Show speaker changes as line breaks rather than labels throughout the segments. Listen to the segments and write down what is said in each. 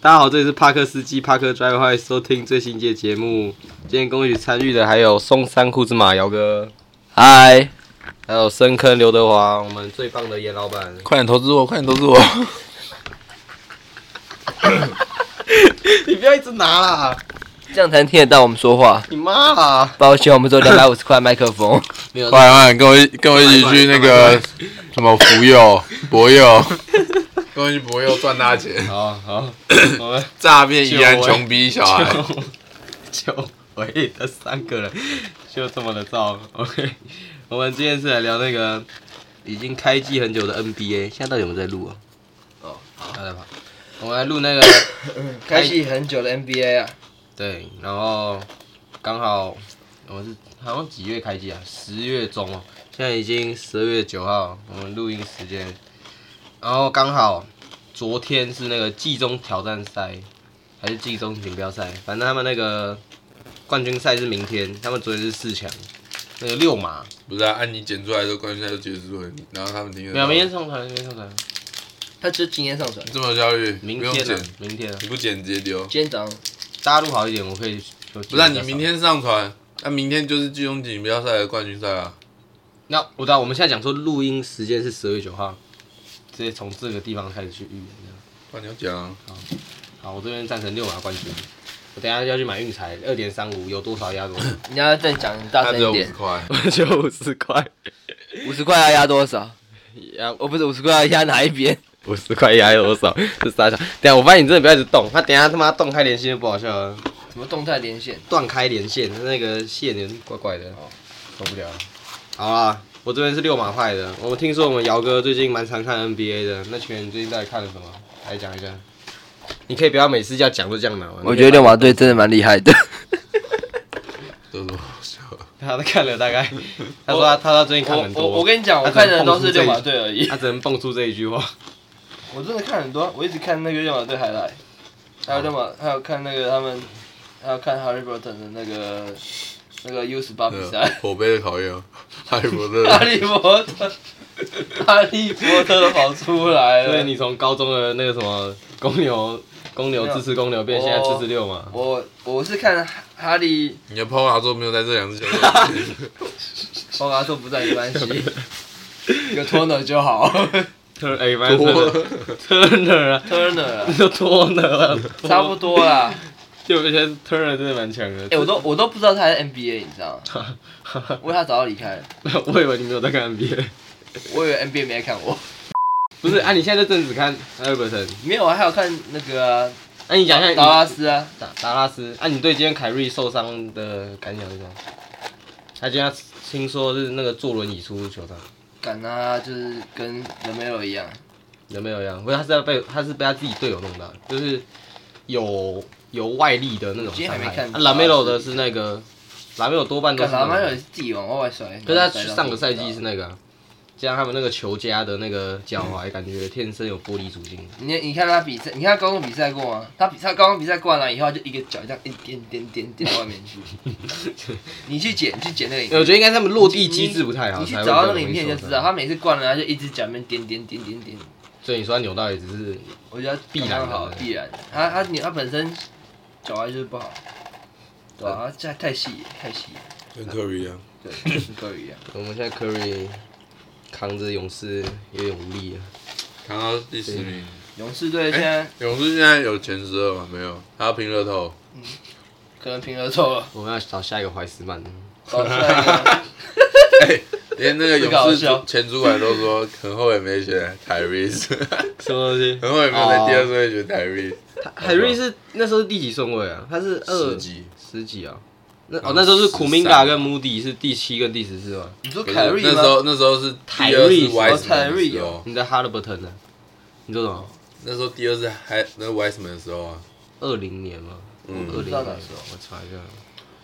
大家好，这里是帕克司机帕克 Drive，欢迎收听最新一届节目。今天跟我一起参与的还有松山裤子马姚哥，
嗨，
还有深坑刘德华，我们最棒的严老板。
快点投资我，快点投资我。
你不要一直拿啦，
这样才能听得到我们说话。
你妈啦！
抱歉，我们只有两百五十块麦克风。
没有，
快点快点，跟我一跟我一起去那个什么福 佑、博佑，跟我去博佑赚大钱，
好好，我们
诈骗依然穷逼小孩。
久违的三个人就这么的造。OK，我们今天是来聊那个已经开机很久的 NBA，现在到底有没有在录啊？
哦，
好的吧，我们来录那个
开戏很久的 NBA 啊，
对，然后刚好我们是好像几月开机啊？十月中哦，现在已经十二月九号，我们录音时间。然后刚好昨天是那个季中挑战赛，还是季中锦标赛，反正他们那个冠军赛是明天，他们昨天是四强，那个六马
不是啊，按你剪出来的关键就结束了，然后他们听得
没
到
有，明天上传，明天上传，
他只是今天上传
你，这么有效率，
明
不用
天、啊
剪，，
明天、啊，
你不剪直接丢。
今天早上
大家录好一点，我可以休息
不是啊，
一下
你明天上传，那、明天就是季中锦标赛的冠军赛啊。
那我知道，我们现在讲说录音时间是十二月九号，直接从这个地方开始去预言这样。
那你要讲啊，
好，我这边赞成六马冠军，我等一下要去买运彩，二点三五有多少压多少，
你要再讲大
他只
声
有五
一
十
点。
块，
我就五十块，
五十块要压多少？
压
哦，不是五十块要压哪一边？
五十块压多少？是傻小。等一下我发现你真的不要一直动，他等一下他妈断开连线就不好笑了，
什么动态连线？
断开连线那个线有点怪怪的，哦受不了了。好啦，我这边是六马派的，我听说我们姚哥最近蛮常看 NBA 的，那群人你最近到底看了什么？来讲一下。你可以不要每次要讲就这样拿吗。
我觉得六马队真的蛮厉害的。
都这么好笑。
他看了大概，他说他他他最近看很多，
跟你讲
我看的都是六马
队而已。
他只能蹦出这一句话。
我真的看很多，我一直看那个六马队海来，还有六马，还有看那个他们，还有看 Harry Burton 的那个那个 U 十八比赛。
火杯的考验 哦，哈利波
啊
特。
哈利波特，哈利波特跑出来
所以
了。
你从高中的那个什么公牛，公牛支持公牛，变现在支持六嘛？
我我是看哈哈利，
你的 PO 拿座没有在这两只 球队 里面。
我跟他说不在没关系， 有 Turner 就好
特哎，蛮特 特的啊，
，Turner 啊
就多了，
差不多啦。
就有些 Turner 真的蛮强的。
哎、我都我都不知道他在 NBA，你知道吗？因为他早就离开了，
我以为你没有在看 NBA，
我以为 NBA 没在看我。
不是啊？你现在正只看艾伯森，
没有啊，还有看那个、啊、
那你讲一下你
达拉斯啊，
达达拉斯，啊，你对今天凯瑞受伤的感想是什么？他今天听说是那个坐轮椅出球场，
敢啊，就是跟 l e m 一样，
有没有呀？不是，他是在被他是被他自己队友弄到，就是有有外力的那种
我今天
伤
还没
害。
看
啊拉梅罗的是那个，拉梅罗多半都
干
是、那
啥嘛？有
个，
自己往外甩。
可是他上个赛季是那个啊、加上他们那个球家的那个脚踝，感觉天生有玻璃属性。
你你看他比赛，你看他高中比赛过吗？他比他高中比赛灌篮以后，他就一个脚这样一颠颠颠颠到外面 去。你去剪，你去剪那个影片，
呃我觉得应该他们落地机制不太好，
你去
才会
找到
这
那个
么
影片
容易
就
受
知道，
伤。
他每次灌篮他就一只脚那边颠颠颠颠颠。
所以你说他扭到也只是，
我觉得
必然的
刚好必然，他他你他本身脚踝就是不好，对吧、啊？这太细太细，
跟科比一样，
对，跟鳄鱼一样。
我们现在 Curry 扛着勇士有点无力啊。
扛到第十名。
勇士队现在
勇士现在有前十二吗？没有，他要拼乐 透。
可能平了错了，
我们要找下一个怀斯曼。
搞出来 一个
哎，连那个
这个好
勇士
笑
前主管都说很后悔没选 Tyrese，
什么东西？
很后悔没有在第二顺
哦
位选 Tyrese。
海瑞是那时候是第几顺位啊？他是二
十级，
十几啊？那
然
哦，
后
那时候是
13
苦明嘎跟穆迪是第七跟第十四嘛？
你说
不是
凯瑞
那时
吗？
候那时候是第二
Tyrese，
是
哦
Wiseman 的
Tyrese
时候，
你在哈勒伯腾呢？你说什么？
那时候第二是还那 Wiseman 的时候啊。
二零年吗？
嗯
二零
知道
年
哪
的
时
时候，我查一下。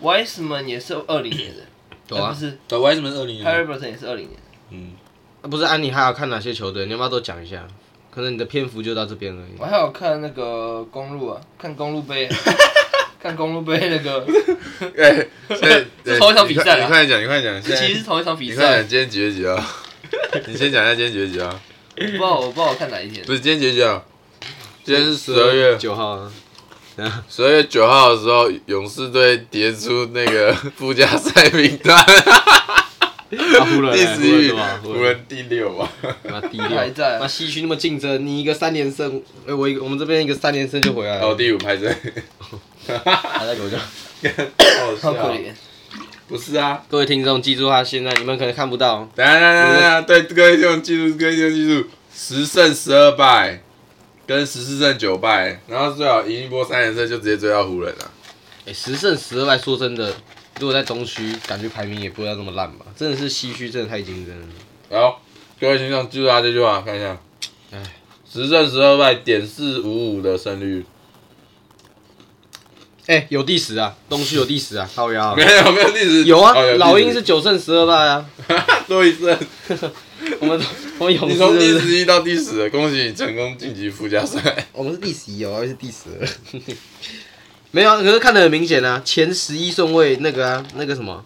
Wiseman 也是二零年的，
有
哎
啊嗯
不，是
对，Wiseman 哦二零
Harry Burton 也是二零年的，
嗯，
啊不是安妮还有看哪些球队？你要不要都讲一下？可能你的篇幅就到这边而已
我。还有看那个公路啊，看公路杯， 看公路杯那个，
哎，所以
这头一场比赛啊
哎你快你快点讲，你快点讲，
这
现
其实是
在
同一场比
你快
赛，
点，今天几月几号？你先讲一下今天几月几号？
啊
我不知道我不知道我看哪一天
不，是今天几月几号？今天是十二月
九号 啊，
十二月九号的时候，勇士队跌出 那个附加赛名单，
啊湖人
第
欸
十一
湖人嘛
名，
湖
湖人第六吧。
那第
还
六，
在
那西区那么竞争，你一个三连胜，哎、我一个我们这边一个三连胜就回来
然后
了，
哦第五 排在，
还在给我讲。
好
好
笑
可怜。
不是啊，
各位听众记住他现在，你们可能看不到，
等一下等一下等一下，对各位听众记住，各位听众记住，十胜十二败，跟十四胜九败，然后最好赢一波三连胜就直接追到湖人啊了。
哎、十胜十二败，说真的，如果在东区，感觉排名也不要那么烂吧，真的是西区真的太竞争了。
然后各位听众记住啊他这句话，看一下
唉，
十胜十二败，点四五五的胜率，
哎、有第十啊，东区有第十啊，靠腰啊、
没有没有历史
有啊，
哦历史
老鹰是九胜十二败啊，
多一胜，
我们我们勇
你
士
从
是
第
不是
十一到第十，恭喜你成功晋级附加赛。
我们是第十一哦，还是第十二？ 没有啊，可是看得很明显啊，前十一顺位那个啊，那个什么，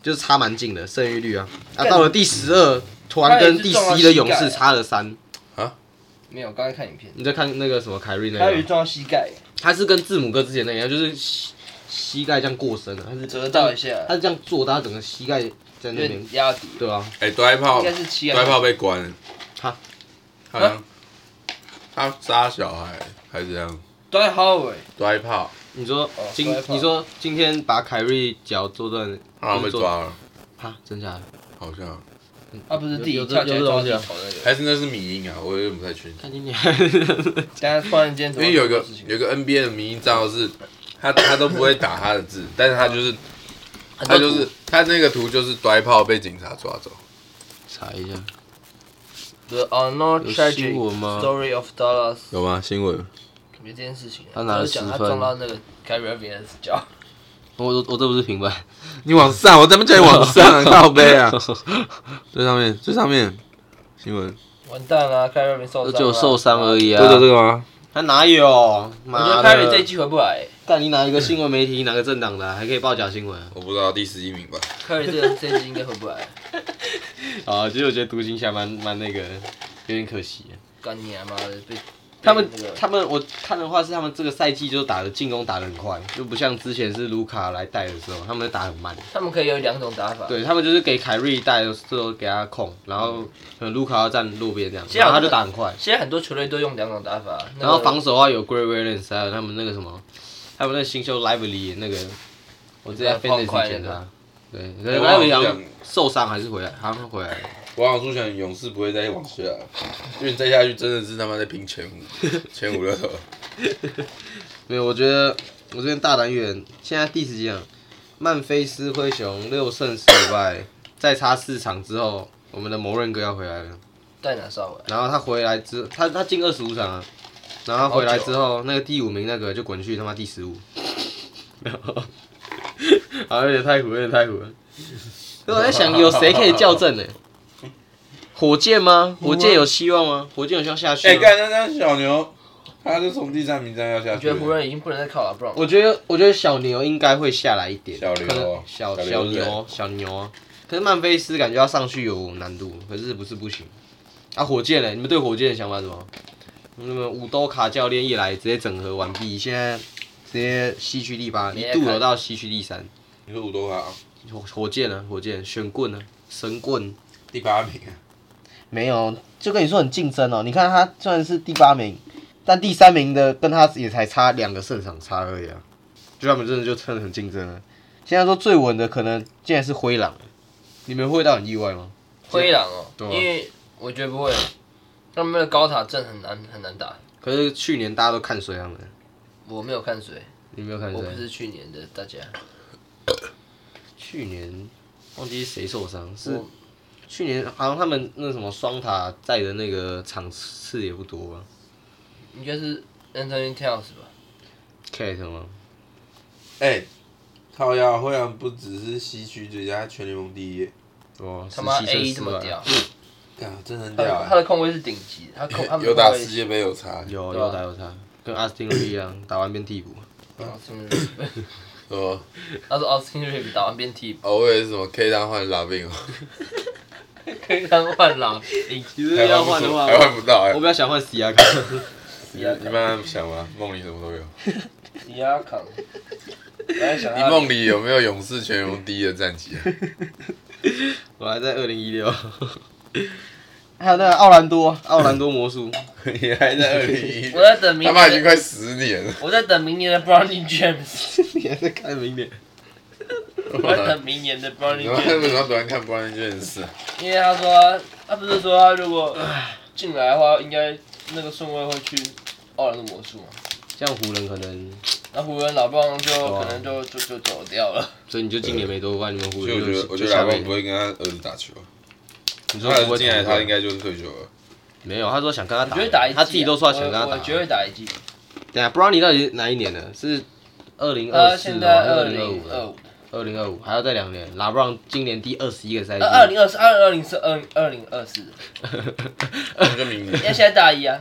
就是差蛮近的胜率率啊，啊，
干
到了第十二，突然跟第十一的勇士差了三。
没有，刚才看影片，
你在看那个什么凯瑞那
他有一
个，
撞到膝盖，
他是跟字母哥之前那个一样，就是膝膝盖这样过身的、啊他是
折到一下，
他是这样做的，他整个膝盖在那
有
边
点，压底，
对啊，
哎、多一炮
应，该是啊膝
多一炮
盖。
被关了，
他
好像他杀小孩还是这样，
对，好伟，
多一炮，
你说
哦
今、
摔炮
你说今天把凯瑞脚做断，
他好像被抓了，
哈，真假的？
好像
他啊不是第
有
一
有这
跳起来
有这
抓
东西
地
啊
头那个。
还是那是迷因啊，我有点不太确定。
看今天
等一下突然间
因
怎么
为有一个
这种事情
有一个 NBA 的迷因账号是，他他都不会打他的字，但是他就是他就是他那个图就是多一炮被警察抓走，
查一下，
The Unknown
有
Tragic
新闻吗
Story of Dallas，
有吗？新闻
感觉这件事情，
他拿了
就是
10
讲他
分
撞到那个 Kyrie Irving 的脚，
我我我这不是平板，
你往上，我咱们叫你 往 上靠背啊，最上面最上面新闻，
完蛋了，Kyrie 啊 Irving 受
我
伤，
只有受伤而。已啊。
对的这个吗？
他哪有？
我
妈
觉得
的！
Kyrie 这一季回不来
干你哪一个新闻媒体，哪个政党的啊、还可以报假新闻啊？
我不知道第十一名吧，
，Kyrie 这个这一季应该回不来，
啊，其实我觉得独行侠蛮蛮那个，有点可惜啊。
干你啊妈的被
他们
被那个
他们我看的话是他们这个赛季就打的进攻打的很快，就不像之前是卢卡来带的时候，他们打得很慢。
他们可以有两种打法，
对他们就是给凯瑞带的时候给他控，然后可能卢卡要站路边这样，
这
然
样
后他就打很快。
现在很多球队都用两种打法，
呃
那个
然后防守的话有 Great Williams，还有他们那个什么，他们那个新秀 Lively 那个，我之前
呃
在
那个
Fantasy
放快
捡
那个
他，对，可
哎
是
我好
Lively 好
像
像受伤还是回来，好像回来了。
我好像想勇士不会再往下，因为你再下去真的是他妈在拼前 五前五了头。
没有，我觉得我这边大胆预言，现在第十几场，曼菲斯灰熊六胜十五败，再差四场之后，我们的某任哥要回来了。
戴拿少伟，
然后他回来之，他他进二十五场啊，然后他回来之后，那个第五名那个就滚去他妈第十五， 然后，啊有点太苦，有点太苦了。所以啊我在想，有谁可以校正呢、火箭吗？火箭有希望吗？火箭有希望下去
哎，
吗？
看那那小牛，他就从第三名这样要下
我
去
觉
了。
得湖人已经不能再靠拉布朗，
我觉得，我觉得小牛应该会下来一点，
小牛
可能小
小
小
牛是
牛
谁
小牛啊。可是曼菲斯感觉要上去有难度，可是不是不行。啊，火箭呢？你们对火箭的想法是什么？你们五兜卡教练一来，直接整合完毕，现在直接西区第八，
没
一
在
度
看
有到西区第三。
你说五多卡
火火箭呢？火箭选棍呢？神棍
第八名啊，
没有，就跟你说很竞争哦。你看他虽然是第八名，但第三名的跟他也才差两个胜场差而已啊。就他们真的就真的很竞争了。现在说最稳的可能竟然是灰狼，欸你们会到很意外吗？
灰狼哦，
对
因
啊
为我觉得不会，他们的高塔阵很难很难打，
可是去年大家都看衰他们，
我没有看谁，
你没有看
我
衰
不？是去年的大家，
去年忘记是谁受伤，是
我
去年好像他们那什么双塔在的那个场次也不多吧
应该是 Anthony Towns 吧，
？Cat 吗？
哎，靠呀，灰狼不只是西区最佳，全联盟第一，
哦，
他妈
17胜
A 这么
4败
屌，
啊，真的很
他
屌
的
啊！
他的控卫是顶级的，他 控他们
有
的
打
控卫
世界杯有差，
有
对啊
有打有差，跟阿斯汀一样，打完变替补。
Austin Reeves
呃，
他说 Austin Reeves 打完变替补，
哦，我以为是什么 K 当换拉宾哦，
可以当换狼，顶
其
台湾不错台湾不到哎
我，比较想换 C 亚卡。
你你慢慢想吧，梦里什么都有。
迪亚康，本来想
你
要
梦里有没有勇士全荣第一的战绩啊？
我还在二零一六。还有那个奥兰多，奥兰多魔术，
你还在二零一，
我在等明
他妈已经
年
快
的，
十年了。
我在等明年的 Brownie James，
你还在看明年？
我在等明年的 Brownie
你 他妈为什
James，
么喜欢看 Brian James？
因为他说他不是说他如果进来的话，应该那个顺位会去奥兰多魔术嘛，
这样湖人可能，
那湖人老棒就
哦
可能就就就走掉了。
所以你就今年没夺冠，你们湖
所以
人
我觉得，
就就
我觉得
下
老
面
棒不。会跟他儿子打球。
你
他
说
儿
不会
子进来，
重复
他应该就是退休了。
没有，他说想跟他
我
打，
觉得打一季啊，
他自己都说他想跟他
我
打。
我觉得打一季。
等一下 b r o w n i e 到底哪一年呢？是二零
呃，
二四
现在二
二
零
零二五
二
了，
五，
二零二五还要再两年。拉布朗今年第二十一个赛季，
呃，二零二四，二零二零是二二零二四，
那个名字
因为现在大一 啊，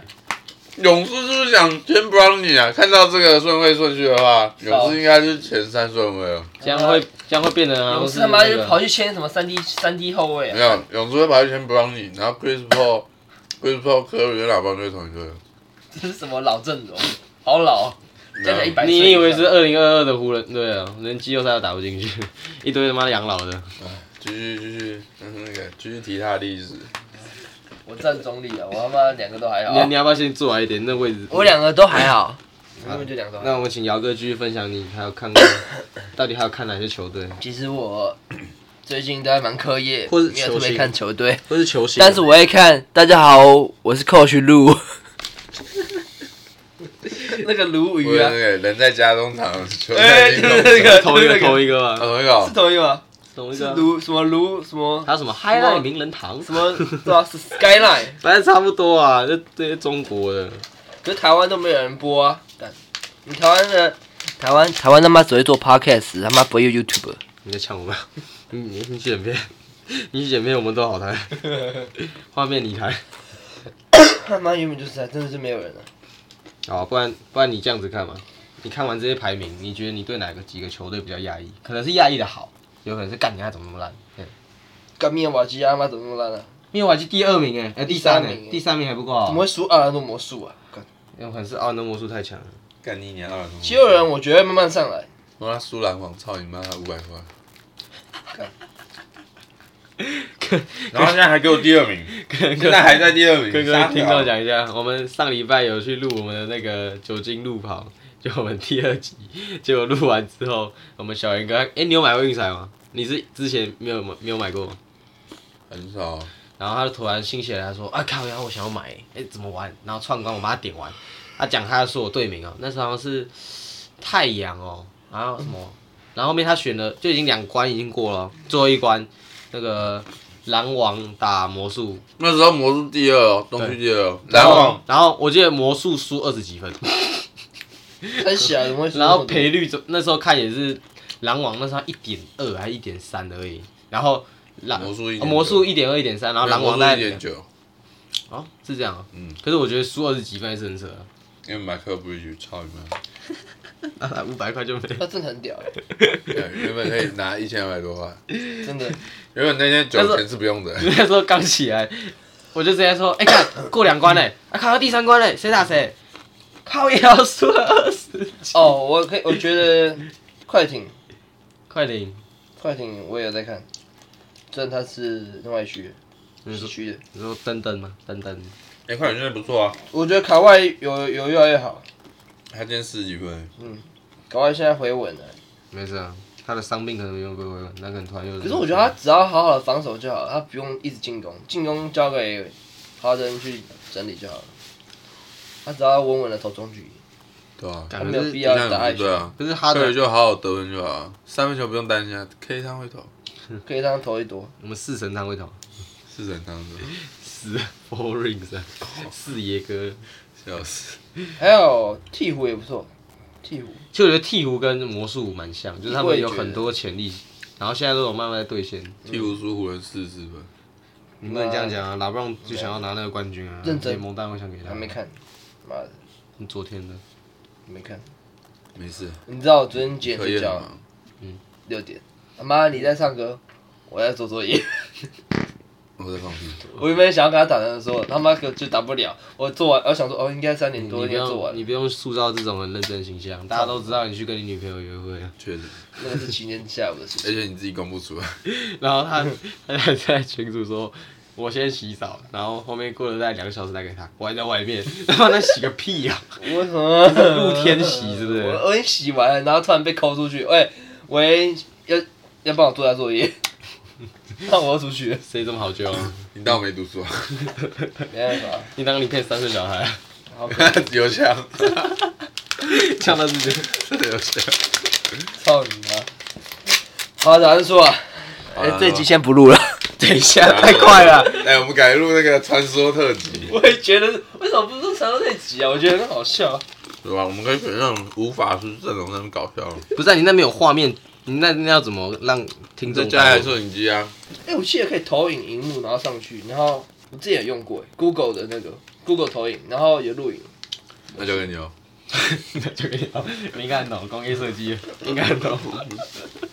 勇士是不是想签 Brownie 啊？看到这个顺位顺序的话，勇士应该是前三顺位哦。
这样会这样会变成好像
勇士
是
他妈就
那个
跑去签什么三 D 三 D 后卫
没
啊，
有，勇士会跑去签 Brownie，然后 Chris Paul，Chris Paul 科比跟老棒就是同一队。
这是什么老阵容，好老哦，加起来一百岁以上。
你以为是二零二二的湖人队啊？连季后赛都打不进去， 一堆他妈养老的。
继续继续，嗯那个继续提他的历史。
我站中立啊，我他妈两个啊都还好
你，你要不要先坐来一点？那位置
我两个都还好，根本就两个都还好。
那我们请姚哥继续分享，你还有看过 到底还有看哪些球队，
其实我最近都还蛮课业，
或是
没有特
球
别
星
看球队，
或是球星
但是我会看。大家好，我是 Coach 陆， 那个鲈
我
鱼
那
啊，
个人在家中场球在
哎
进
就是那
攻。
个
同一
那
个哦
个
同一个吧，
很好
是，同一个吗？
同一
是
个啊。
卢什么卢什么
还有什么 Highlight 名人堂
什么对啊，是 Skyline，
反正差不多啊，这这些中国的，
可是台湾都没有人播啊。干你台湾的台湾台湾他妈只会做 podcast，他妈不会用 YouTube。
你在抢我们？ 你你你去剪片， 你去剪片，我们都好谈， 画面你谈。
他妈原本就是啊，真的是没有人啊。
好，哦不然不然你这样子看嘛，你看完这些排名，你觉得你对哪个几个球队比较讶异？可能是讶异的好，有可能是干你他啊怎么那么烂？对
干灭瓦基亚他妈怎么那么烂啊？
因为我还是第二名哎、哎、第三哎、
第三名哎
第三名还不够好
怎么，会输奥兰多魔术啊？干
有可能是奥那魔术太 强了。
干你娘二！
七六人我觉得慢慢上来，
我妈输篮网，操你妈，五百块。然后现在还给我第二名， 现在还在第二名。
跟各
杀
位
小
听众，讲一下，我们上礼拜有去录我们的那个酒精路跑，就我们第二集，结果录完之后，我们小严哥，哎、你有买过运彩吗？你是之前没有买没有买过吗？
很少。
然后他就突然心血来潮说，啊靠，然后我想要买，哎、怎么玩？然后串关我把他点完，他讲他说我队名哦，那时候好像是太阳哦，然后什么，然后后面他选了就已经两关已经过了哦，最后一关那个狼王打魔术，
那时候魔术第二哦，东区第二哦，篮
然
网
后，然后我记得魔术输二十几分，
很小怎么会输那
然
么多？
后赔率怎那时候看也是狼网那时候一点二还一点三而已，然后狼啊
啊魔术1.9
魔术一点二一点三，然后狼王在
一点九，
哦是这样啊，
嗯
可是我觉得输二十几分还是很扯啊，
因为麦克布里奇，操你妈！
那他五百块就没了。
他真的很 屌欸，
对原本可以拿一千两百多块，
真的。
原本那天
但
九
是
钱是不用的。
那时候刚起来，我就直接说，哎、看过两关嘞，啊看到第三关嘞，谁打谁？靠腰输了二十，
哦，我可以，我觉得快艇
快点，
快艇我也有在看，虽然他是另外一区的，
你
西
说
区的。
你说登登吗？登登，
哎，快点，真的不错啊，
我觉得卡外有有越来越好，嗯
他今天四十几分，
卡外现在回稳了。
没事啊，他的伤病可能没有归回，那个人突然又
可是我觉得他只要好好的防守就好了，他不用一直进攻，进攻交给哈登去整理就好了。他只要稳稳的投中距，
对啊，
他
感
没有
觉
必
是，
要
你看
打
勇
爱
士
球
队，啊，
可是他
克
的
里就好好得分就好啊，三分球不用担心啊，K 三会投，
可以让他投一多。
我们四神汤会投，
是人当 中，
四 four rings，啊四爷哥。
笑死。
还有鹈鹕也不错，鹈鹕
其实我觉得鹈鹕跟魔术蛮像，就是他们有
我也觉得
很多潜力，然后现在都有慢慢在兑现。
鹈鹕输湖人四十四分，
你不能这样讲啊，老布朗就想要拿那个冠军啊，
认真
联盟单位想给他。
还没，看，妈的
你昨天的
没看。
没事，
你知道我昨天几点
可
睡
以
觉
了
吗？
嘛。
六点。妈，你在唱歌，我在做作业。
我我在放屁。
我原本想要跟他打篮球，的时候，他妈可就打不了。我做完，我想说，哦，应该三点
你
多
不
应该做
用，
完
你。不用塑造这种很认真的形象，大家都知道你去跟你女朋友约 会了，
确实，
那个是今天下午的事
而
情。
且你自己公布啊出来，
然后他他还在群主说。我先洗澡，然后后面过了大概两个小时再给他，我还在外面， 他妈那洗个屁啊呀、
我什么？
露哎天洗是不是
我我已经洗完了，然后突然被抠出去。喂喂，要要帮我做下 作业。那我要出去了，
谁这么好救、
你当我没读书啊？
没办法，
你当你骗三岁小孩、啊，
好可
刘 翔，
呛到自 己。
刘 翔，
操你妈！好，打算说啊，
好
哎
打算说
这集先 不录了。
等一下，太快了。
哎，我们改录那个传说特辑，
我也觉得，为什么不是传到这集啊？我觉得很好笑。
对吧？我们可以选那种无法是阵容那么搞笑。
不是、啊、你那边有画面，你那那要怎么让听
你在
众
家
看
还
到？
摄影机啊？
哎、我记得可以投影荧幕，然后上去，然后我自己也用过哎，Google 的那个 Google 投影，然后有录影。
那交给你哦。
那就可以了。你应该很懂工业设计，应该很懂。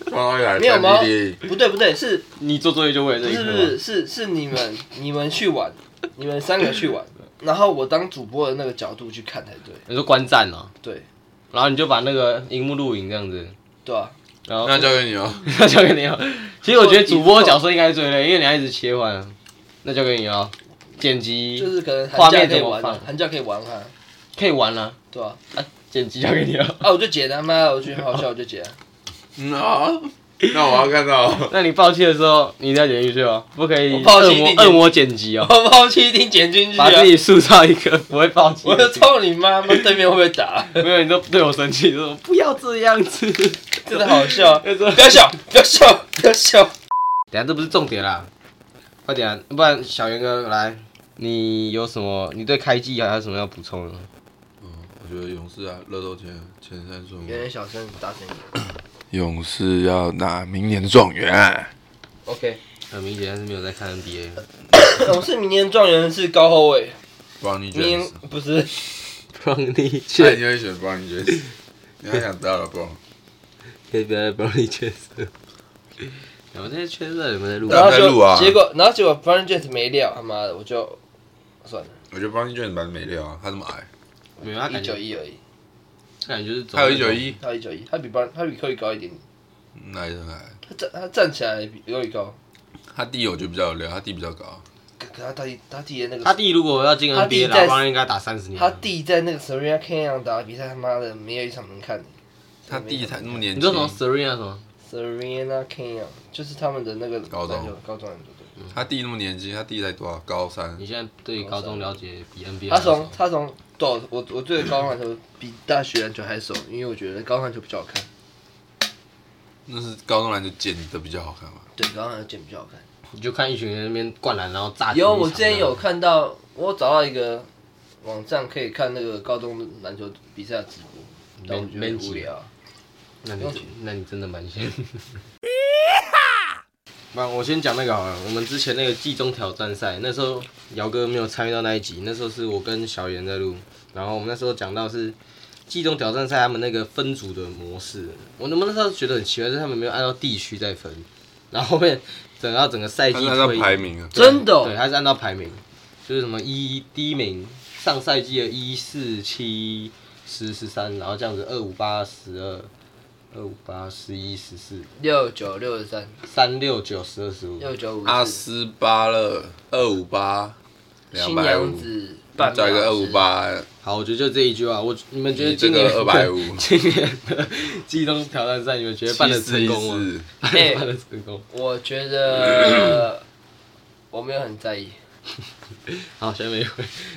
放到一台
没有吗
三 D 的
不对不对，是
你做作业就为了
不
这一
是不
刻
是
吗？
是是你们你们去玩，你们三个去玩，然后我当主播的那个角度去看才对，
你说观战哦，
对
然后你就把那个荧幕录影这样子，
对啊，
然后
那交给你哦。
那交给你哦。其实我觉得主播角色应该是最累，因为你要一直切换啊。那交给你哦，剪
就
辑
是可能
画
寒假
面
可以
怎么
玩、
放
啊，寒假可以玩啊，
可以玩了，
对啊，
剪辑交给你哦。
啊我就解他妈，我觉得很好笑，我就解啊，
嗯啊， 那我要看到。 哦
那你爆气的时候，你一定要剪进去哦，不可以
我爆气
恶魔
一定剪
恶魔剪辑哦，
我抛弃一定剪进去
把，
啊
自己塑造一个不会爆气
我
的
就
自己。
操你妈妈，对面会不会打？
没有，你都对我生气，就说不要这样子。
真的 好笑，啊
就说
不要笑，不要笑，不要笑。
等下这不是重点啦，快点、啊，不然小袁哥来，你有什么？你对开季还有什么要补充的吗？
嗯，我觉得勇士啊，热斗前前三顺
有
位，
点小声，大声一点。
勇士要拿明年的状元。
OK，
很明显他是没有在看 NBA，
勇士明年状元是高后卫，
帮你
明年
卷，
不是
帮
哎
你
他一
去，
定会选帮你卷。 你还想到了不？
可以不要再帮你确认。我们这些确认有没有在录？
然后在录啊
结果，然后结果 b r o n James 没料，他妈的，我就算了，
我觉得帮你卷蛮没料啊，他这么矮，
没有，他啊
一
感
九
觉
一而已，
他感觉就是走
他有一九一，
他一九一，他比 b r o n 他比 Curry 高一点点，
那还是很嗯矮。
他站他站起来比 Curry 高，
他弟我觉得比较有料，他弟比较高。
可可他弟他弟的那
他
个，
弟如果要进
他弟
NBA
在
啦，帮人家打三十年。
他弟在那个 Serena k a n 打的比赛，他妈的没有一场能看的。
他弟才那么年
你
轻
说什，么 Serena 什么？
Serena k a n 就是他们的那个
高中
篮球高中篮球队，
他弟那么年轻，他弟才多少？高三
你。现在对高中了解比 NBA
他
还少
从他从对我我我对高中篮球比大学篮球还熟，因为我觉得高中篮球比较好看，
那是高中篮球剪的比较好看嘛？
对高中篮球剪比较好看。
你就看一群人在那边灌篮，然后炸。
有，我之前有。看到，我找到一个网站可以看那个高中篮球比赛的直播，但我觉得很无聊。
那你那你真的蛮闲。那我先讲那个好了，我们之前那个季中挑战赛，那时候姚哥没有参与到那一集，那时候是我跟小严在录，然后我们那时候讲到是季中挑战赛他们那个分组的模式，我那么那时候觉得很奇怪，就是他们没有按照地区在分，然后后面等到整个赛季
他按照
推
排名啊，
真的哦
对，它是按照排名，就是什么一第一名，上赛季的一四七十十三，然后这样子二五八十二，二五八十一十四，
六九六十三，
三六九十二十五，
六九五
阿
四，
斯巴勒二五八两
新
百
娘
五，
子半
再一个二五，八，
好，我觉得就这一句话，我你们觉得
你这
今年
个 二百五，
今年的季中挑战赛，你们觉得办的成功啊吗？
741
办
哎
得办的成功。
我觉得 我没有很在意，
好，下面一位，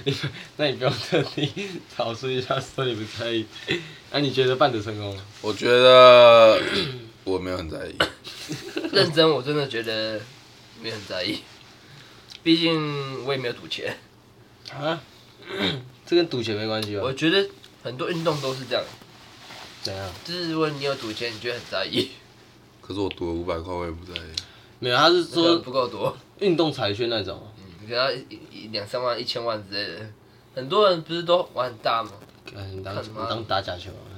你那你不用特地讨论一下说你不在意，那、你觉得办的成功吗？
我觉得 我没有很在意，
认真我真的觉得没有很在意，毕竟我也没有赌钱，
啊？ 这跟赌钱没关系吧
我？觉得很多运动都是这样，
怎样？
就是如果你有赌钱，你就会很在意，
可是我赌了五百块，我也不在意。
没有，他是
可能
说
不够多。
运动彩券那种，
你给他一一一两三万、一千万之类的，很多人不是都玩很大吗
哎，你当
看
你
妈的
当打假球啊，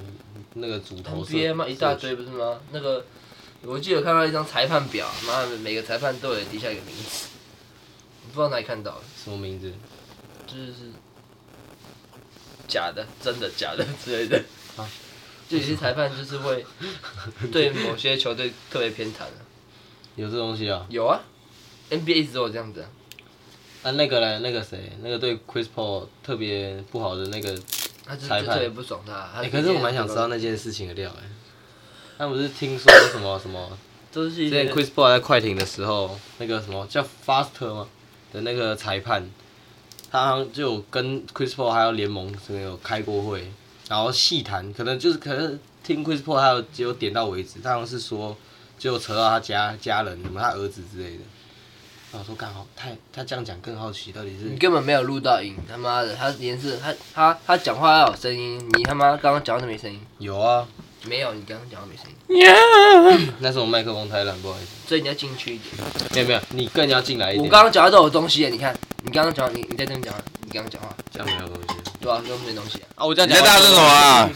那个主投射
？NBA 嘛，一大堆不是吗？那个我记得有看到一张裁判表，妈的每个裁判都有底下一个名字，不知道哪里看到的，
什么名字？
就是假的、真的、假的之类的。
啊
就有些裁判就是 会对某些球队特别偏袒啊。
有这东西啊？
有啊，NBA 一直都有这样子啊。
啊，那个嘞，那个谁，那个对 Chris Paul 特别不好的那个，
他就
裁
就
判
特别不爽他啊。他
哎、
就
可
直
是
接
我蛮想知道那件事情的料哎、他们不是听说什么什么？
都是
之
一些
前 Chris Paul 在快艇的时候，那个什么叫 Faster 吗？的那个裁判，他好像就有跟 Chris Paul 还有联盟这边有开过会，然后细谈，可能就是可能听 Chris Paul 还有只有点到为止，他好像是说就扯到他家家人什么他儿子之类的。然后我说刚好太他这样讲更好奇到底是
你根本没有录到音，他妈的，他连是他他他讲话要有声音，你他妈刚刚讲话都没声音，
有啊，
没有，你刚刚讲话没声音，
那是我麦克风太烂，不好意思。
所以你要进去一点。
没有没有，你更要进来一点。
我刚刚讲话都有东西啊耶，你看，你刚刚讲话，你你在这边讲话，你刚刚讲话，
这样没有东西
对啊，都没东西啊。
啊，我这样
你
讲
在大声什么啊？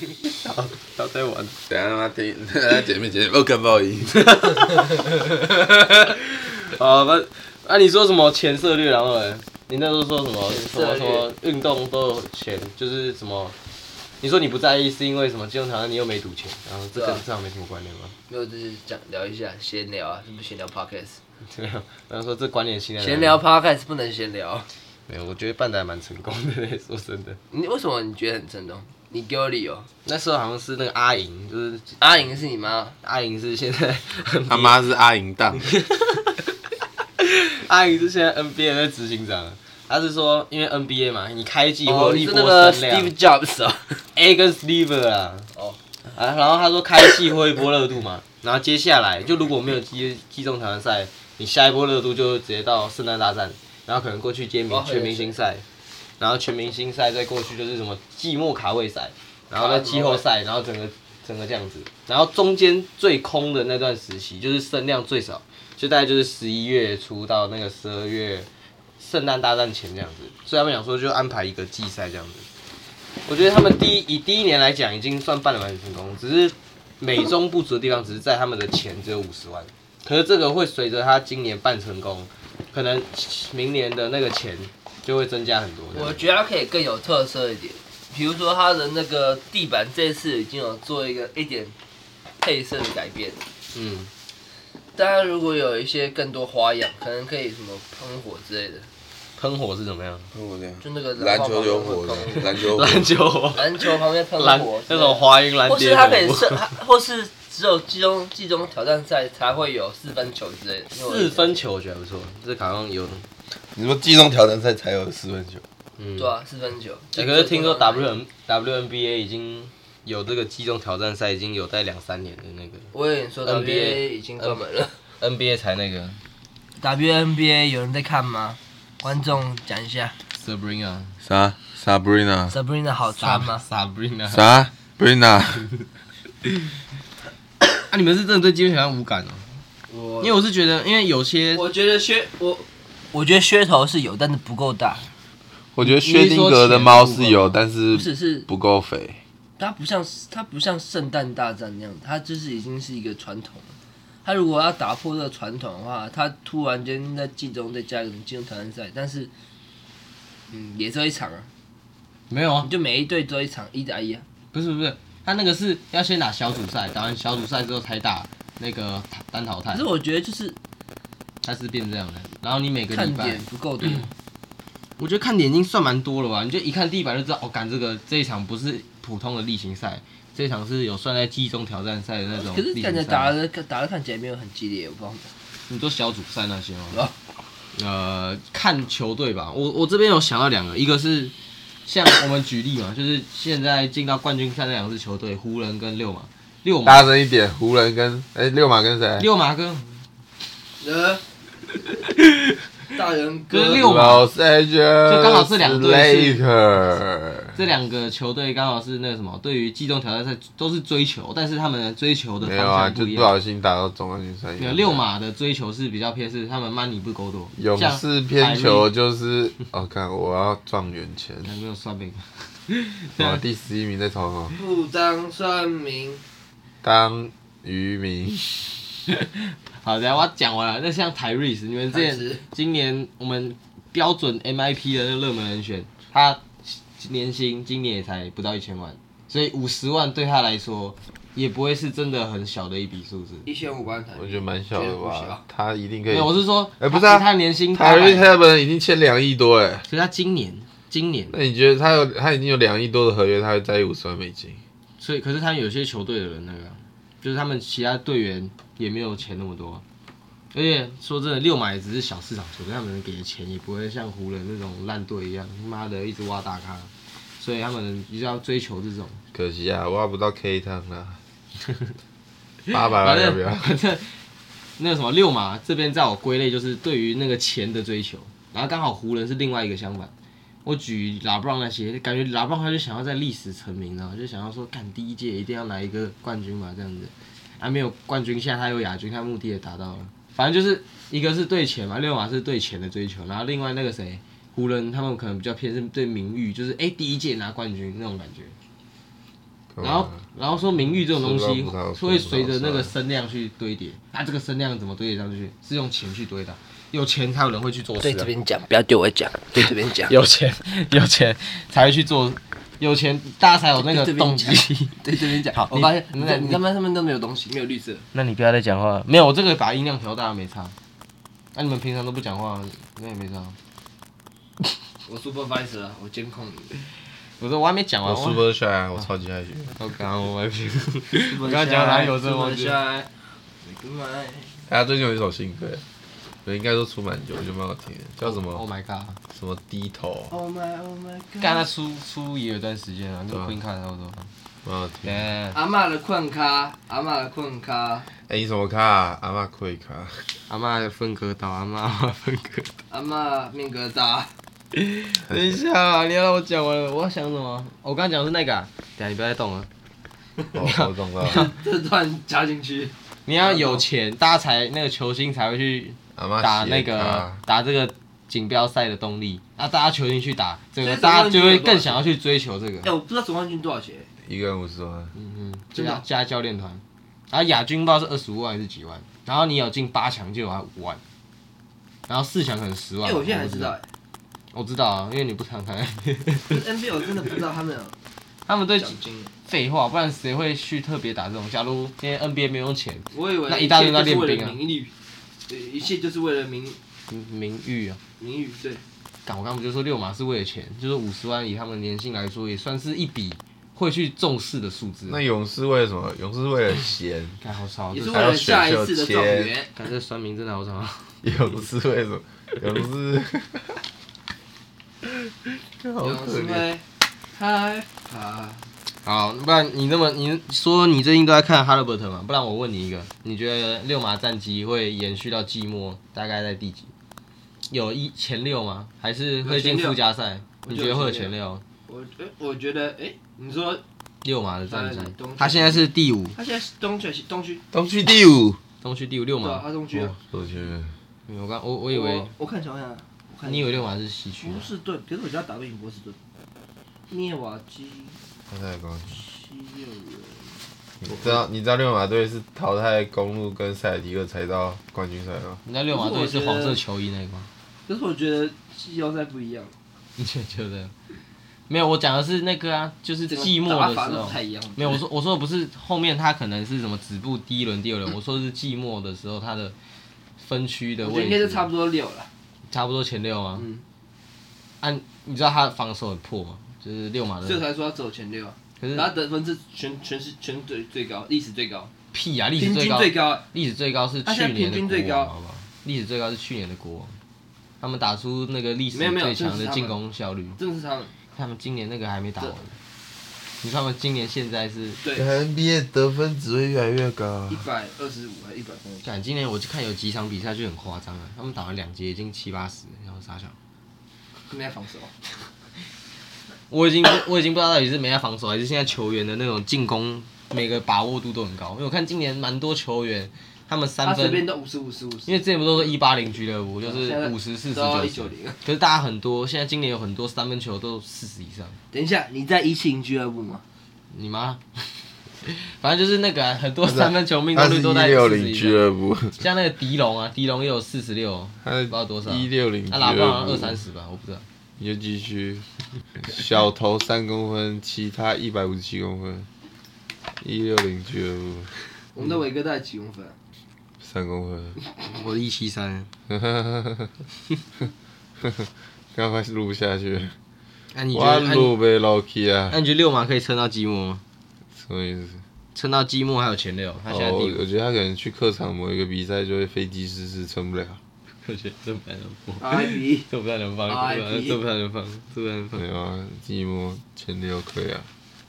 么？他在玩。
等一下让他听，让他姐妹姐妹，哦，更不 好意思。
啊，那那你说什么前策略？然后呢？你那时候说什么
前
什
策
么
略
什么运动都有钱，就是什么？你说你不在意是因为什么？金融场你又没赌钱，然后这
对啊
跟这样没什么关联吗？
没有，就是讲聊一下闲聊啊，是不是闲聊 podcast？
对啊， 然后说这关联性在哪里
闲聊 podcast 不能闲聊。
没有，我觉得办的还蛮成功的， 说真的。
你为什么你觉得很成功？你给我理由。
那时候好像是那个阿莹，就是
阿莹是你妈，
阿莹是现在
他妈是阿银档，
阿莹是现在 NBA 的执行长，啊他是说因为 NBA 嘛，你开季
哦，
获
你
利
是
波
那个
声量
Steve Jobs 啊。
A 跟 Steve 啊，
哦，
啊，然后他说开季会一波热度嘛，然后接下来就如果没有击击中台湾赛，你下一波热度就直接到圣诞大战，然后可能过去接
哦
明全明星赛，然后全明星赛再过去就是什么季末卡位赛，然后再季后赛，然后整个整个这样子，然后中间最空的那段时期就是声量最少，就大概就是十一月初到那个十二月圣诞大战前这样子，所以他们想说就安排一个季赛这样子。我觉得他们第一以第一年来讲，已经算办的蛮成功，只是美中不足的地方，只是在他们的钱只有五十万，可是这个会随着他今年办成功，可能明年的那个钱就会增加很多。
我觉得它可以更有特色一点，比如说它的那个地板这次已经有做一个一点配色的改变，
嗯，
大家如果有一些更多花样，可能可以什么喷火之类的，
喷火是怎么样？
就那个
篮球有火的
的，
篮球有火，
篮球火，
篮球旁边喷
蓝
火之
那
类的
种，华阴蓝
或
蝶
是
火。
它可以设，它或是只有季中季中挑战赛才会有四分球之类的，
四分球我觉得还不错，这好像有。
你说季中挑战赛才有四分球，
嗯，
对啊，四分球。
欸可是听说 W N WNBA 已经有这个击中挑战赛，已经有在两三年的那个
我有点说
NBA
WNBA 已经关门了。
NBA 才那个
WNBA 有人在看吗？观众讲一下
Sabrina
啥？Sabrina，
，Sabrina 好穿吗？
Sabrina
啥？Brina，
啊，你们是真的对基本挑战无感哦、
我
因为我是觉得，因为有些
我觉得噱我我觉得噱头是有，但是不够大。
我觉得薛定谔的猫是有，但
不
是
是是，
不够肥。
它不像它不像圣诞大战那样，它就是已经是一个传统了。它如果要打破这个传统的话，它突然间在季中再加一个季中挑战赛，但是嗯，也只有一场啊，
没有啊
你，就每一队只有一场一打一啊。
不是不是，他那个是要先打小组赛，打完小组赛之后才打那个单淘汰
可是，我觉得就是
它是变这样的。然后你每个礼
看
拜
点，不够多，
我觉得看点已经算蛮多了吧，你就一看地板就知道，哦，干这个这一场不是普通的例行赛，这一场是有算在季中挑战赛的那种
可是
例
感
行
觉打
赛。
的打的看起来没有很激烈，我不知道为什么。
你说小组赛那些吗？
啊
呃，看球队吧。我我这边有想到两个，一个是像我们举例嘛，就是现在进到冠军赛那两支球队，湖人跟六马，六马
大声一点，湖人跟哎六马跟谁？
六马跟
呃， 大人
哥
哥
六马
Los Angeles，
就刚好这两队
Laker。
这两个球队刚好是那个什么，对于机动挑战赛都是追求，但是他们的追求的
没
方
有啊，
向
就
不一
不
样。
小心打到总冠军赛。
没有六马的追求是比较偏是他们 money 不够多，
勇
像
士偏球就是，哦，看我要状元 签，
有没有算命？
哇，第十一名在投哦，
不当算命，
当渔民，
好，等一下我要讲完了。那像台瑞斯，你们之
台
前
斯
今年我们标准 MIP 的那个热门人选，他年薪今年也才不到一千万，所以五十万对他来说也不会是真的很小的一笔数字。
一千五万台币，
我觉得蛮小的
觉得不小
吧，他一定可
没
以
有，。我是说，
哎不是啊
他他年薪八
他
百，
他本已经欠两亿多哎，
所以他今年今年，
那你觉得他有他已经有两亿多的合约，他会在意五十万美金？
所以可是他有些球队的人那个啊，就是他们其他队员也没有钱那么多啊。而且说真的，六马也只是小市场球队，他们能给的钱也不会像湖人那种烂队一样，妈的一直挖大咖，所以他们一直要追求这种。
可惜啊，挖不到 K 汤啦， 八
反
百万要
正
不要？
反正那个什么六马这边在我归类就是对于那个钱的追求，然后刚好湖人是另外一个相反。我举拉布朗那些，感觉拉布朗他就想要在历史成名，然后就想要说干第一届一定要来一个冠军嘛这样子，啊没有冠军，现在他有亚军，他目的也达到了。反正就是一个是对钱嘛，六马是对钱的追求，然后另外那个谁湖人他们可能比较偏是对名誉，就是哎、第一届拿冠军那种感觉。然
嗯
后，然后说名誉这种东
吃
西
不到葡萄
会随着那个声量去堆叠，啊，这个声量怎么堆叠上去？是用钱去堆的，有钱才有人会去做事、
对这
啊，
边讲，不要对我讲，对这边讲，
有钱有钱才会去做，有钱大家才有那个
对这边
动机
讲。对这边讲。
好
我
你
发现
你
你
你
你他们上面都没有东西，没有绿色。
那你不要再讲话了，没有，我这个把音量调大没差。那、你们平常都不讲话，那也没差。
我 supervisor 啊，我监控你。
我说我还没讲完，
我 super shy 啊，我超级爱学。
我刚刚我还没我刚刚讲到哪里我真的忘记了。
了。Goodbye
哎他最近有一首新歌，我应该都出蛮久，我觉得蛮好听的， 叫什么
Oh my god！
什么低头，
Oh my oh my
干他
god。
出出也有一段时间了，跟
对啊
Queen 看差不多。
蛮好听。哎，
耶，
阿嬷的困咖，阿嬷的困咖，
你什么卡啊？阿妈可以卡。
阿妈分割刀， 阿妈分割刀。
阿嬷面疙瘩。
等一下啊，你要让我讲完了，我要想什么？哦我刚刚讲的是那个、啊，等一下你不要再动了。
哦，我懂了。
这段加进去，
你要有钱，大家才那个球星才会去
阿妈
打那个打这个锦标赛的动力。那、大家球星去打，整个
所以
大家就会
总冠军有多少
更想要去追求这
哎，
个。
我不知道总冠军多少钱，
一个人五十万，
嗯嗯，
真的
加加教练团，然后亚军不知道是二十五万还是几万，然后你有进八强就有五万，然后四强可能十万。
哎，我现在才
不
知道，哎，哎
我知道啊，因为你不常看。
不是 NBA 我真的不知道他们有
他们对
奖金，
废话，不然谁会去特别打这种？假如今天 NBA 没有用钱，
我以为
那一大堆都在
一切
练
就是为
兵啊
了名誉，对，一切就是为了名
名誉啊。
名誉，对，
干，我刚不就说六马是为了钱，就是五十万以他们年薪来说，也算是一笔会去重视的数字。啊
那勇士为了什么？勇士为了闲，
干好少，
也
这
是
哦是
为了下一次的状元。
干这酸民真的好啊少。
勇士为了什么？勇士， 好
有
可
是
怜。
为害怕。
好，不然你那么你说你最近都在看哈利伯特嘛？不然我问你一个，你觉得六马战绩会延续到季末，大概在第几？有一前六吗？还是会进
有前六
附加赛？
我
你
觉
觉
得
得会有
有
前
前
六？
我觉我觉得，哎、你说
六马的战绩
大概哪东，区
他现在是第五，
他现在是东区还是东区？
东区第五。
东区第五六
对啊，
马。
他东区啊。
我去，
嗯我刚我我以为
我我看想想啊，我看
你以为六马是西区
波
吗？
士顿，可是我觉得他打不赢波士顿。涅瓦基
他太高兴。
七六人，
你知道你知道六马队是淘汰公路跟塞尔迪克才到冠军赛吗？
你那六马队是黄色球衣那个吗？
可是我觉得季后赛不一样，
你觉觉得？没有，我讲的是那个啊，就是
整个
季末
打
的
法
时
都
候
不。太一样。
没有，我说我说的不是后面他可能是什么止步第一轮、第二轮，我 说的是季末的时候他的分区的
我觉得
位
应该
置
是差不多六了。
差不多前六啊。
嗯，
按、你知道他的防守很破吗？就是六马的
所以，我才说他走前六啊。
可
然后他
是
得分是全全是全队最高，历史最高，
屁啊，历史
平
最
均
高，
最高。
历史最高是
他
去
啊现在
年的
平均最
国王，
高
好不好？历史最高是去年的国王，他们打出那个历史
没有没有
最强
这是
的
他们
进攻效率。
真的是他们
他们今年那个还没打完
这，
你说他们今年现在是，
对
哎 NBA 得分只会越来越高
一百二十五还是一百三十？
看今年我就看有几场比赛就很夸张了，啊他们打完两节已经七八十，然后傻笑。
没在防守，
我已经我已经不知道到底是没在防守，还是现在球员的那种进攻每个把握度都很高。因为我看今年蛮多球员，他们
他
三
随
分，
便都五十五十五十
因，为之前不都是一八零俱乐部，就是
现在
五十四十
到一
九
九。零。
可是大家很多，现在今年有很多三分球都四十以上，嗯
等一下，你在一七零俱乐部吗？
你妈！ 反正就是那个啊、很多三分球命
他
中
是
率
一
都在
六零
四
俱
十以
乐部，
上，像那个迪龙啊，迪龙也有四十六，啊
他是
不知道多少
一六零俱
他喇叭好
乐
像
部
二三十吧，我不知道。
你就继续，小头三公分，其他一百五十七公分，一六零俱乐部
我们的伟哥大概几公 分啊？
三公分。
我一七三，
刚快录不下去，
那你觉
我
得，那你
录被 l o k 啊
那，你觉得六马可以撑到季末吗？
什么意思？
撑到季末还有前六，他现在
哦
第
我
五，
我觉得他可能去客场某一个比赛就会飞机失事，撑不了，
我觉得这不太能播，
RIP
这不太能放，
啊
RIP
这不太能放，这不太能放。
没有啊，寂寞前六可以啊。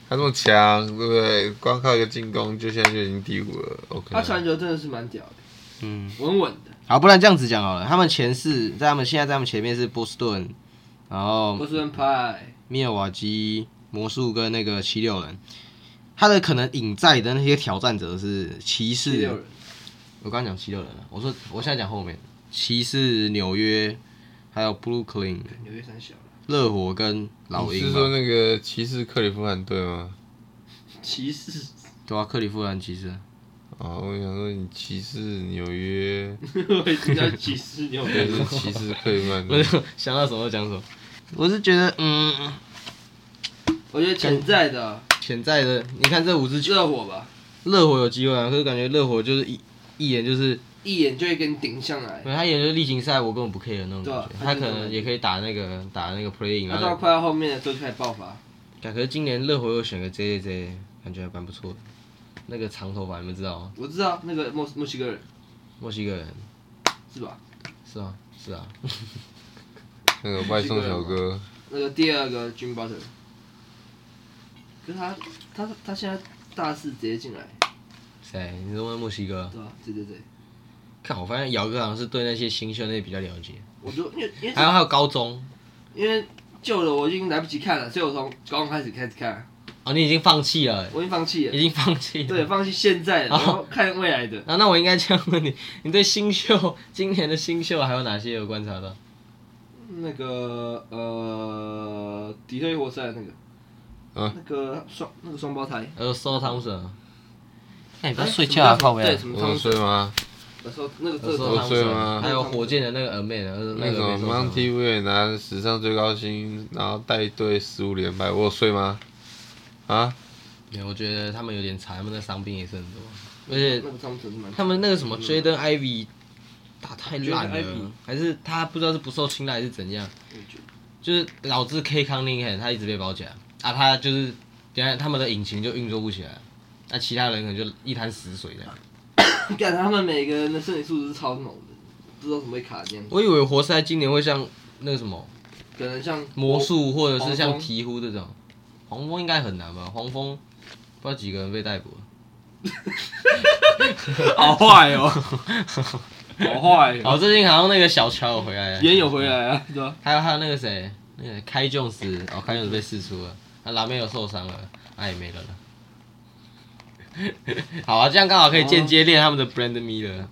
他这么强，对不对？光靠一个进攻，就现在就已经第五了。OK，
他传球真的是蛮屌的，
嗯，
稳稳的。
好，不然这样子讲好了，他们前四在他们现在在他们前面是波士顿，然后
波士顿派，
密尔瓦基魔术跟那个七六人，他的可能隐在的那些挑战者是骑
第六
士
人，，
我刚刚讲七六人了，我说我现在讲后面，骑士、纽约，还有布鲁克林、
纽约三小了，
热火跟老
你
鹰
是
吧
说那个骑士克里夫兰队吗？
骑士，
对啊，克利夫兰骑士，
啊，我想说你骑士纽 约，
我已经叫骑士纽
对，
约
是骑士克里夫兰
我
队。
就想到什么就讲什么，
我是觉得嗯，
我觉得潜在的
潜在的，你看这五支球，
热火吧，
热火有机会啊，可是感觉热火就是一一眼就是，
一眼就会给你顶上来，
他一眼就是例行赛，我根本不 care 那种
对啊
感觉，他可能也可以打那个打那个 playing，
他
然
到
后
快要后面的时候就开始爆发，
感觉今年热火又选个 J J J，感觉还蛮不错的。那个长头发你们知道吗？
我知道那个墨墨西哥人
墨西哥人
是吧？
是吗？是啊，
那个外送小哥，
那个第二个 Jim Butler，可是他他他现在大四直接进来，
谁？你说那墨西哥？
对吧？对对对，
看，我发现姚哥好像是对那些新秀那些比较了解，
我就因为因
还有
为
还有高中
因为旧的我已经来不及看了，所以我从高中开始开始看，
哦，你已经放弃了，
我已经放弃了
已，经放弃了。
对，放弃现在的，然后看未来的。
那那我应该这样问你，你对新秀今年的新秀还有哪些有观察到？
那个呃，底特律活塞的那个，
啊
那个双那个双胞胎，
呃，So Thompson，
那你
哎什么对，什么
我有
汤
睡吗？
那时候那个这
有
个
时
我
候
有
汤
睡吗？
还有火箭的那个 Aman，
那
那
什
个
么
没受伤
Monty w i l 拿史上最高薪，然后带队十五连败，我有睡吗？啊，
没有我觉得他们有点惨，他们的伤病也是很多，而且
那个汤姆蛮
他们那个什么 Jaden Ivy 打太烂
嗯 Jaden Ivey
了，还是他不知道是不受青睐还是怎样，
我觉得
就是导致 K Cunningham 他一直被包夹啊，他就是等下他们的引擎就运作不起来，那、其他人可能就一滩死水这
啊
样。
感觉他们每个人的身体素质是超猛的，不知道怎么会卡这样，
我以为活塞今年会像那个什么
可能像
魔 术或者是像
黄蜂
鹈鹕这种，黄蜂应该很难吧？黄蜂不知道几个人被逮捕了，
好坏哦，好坏哦，
哦，最近好像那个小乔有回来了，
也有回来啊，对吧？
还有还有那个谁，那个开琼斯，哦，开琼斯被释出了，那拉梅有受伤了，啊那也没了 了。好啊，这样刚好可以间接练他们的 Brand Miller。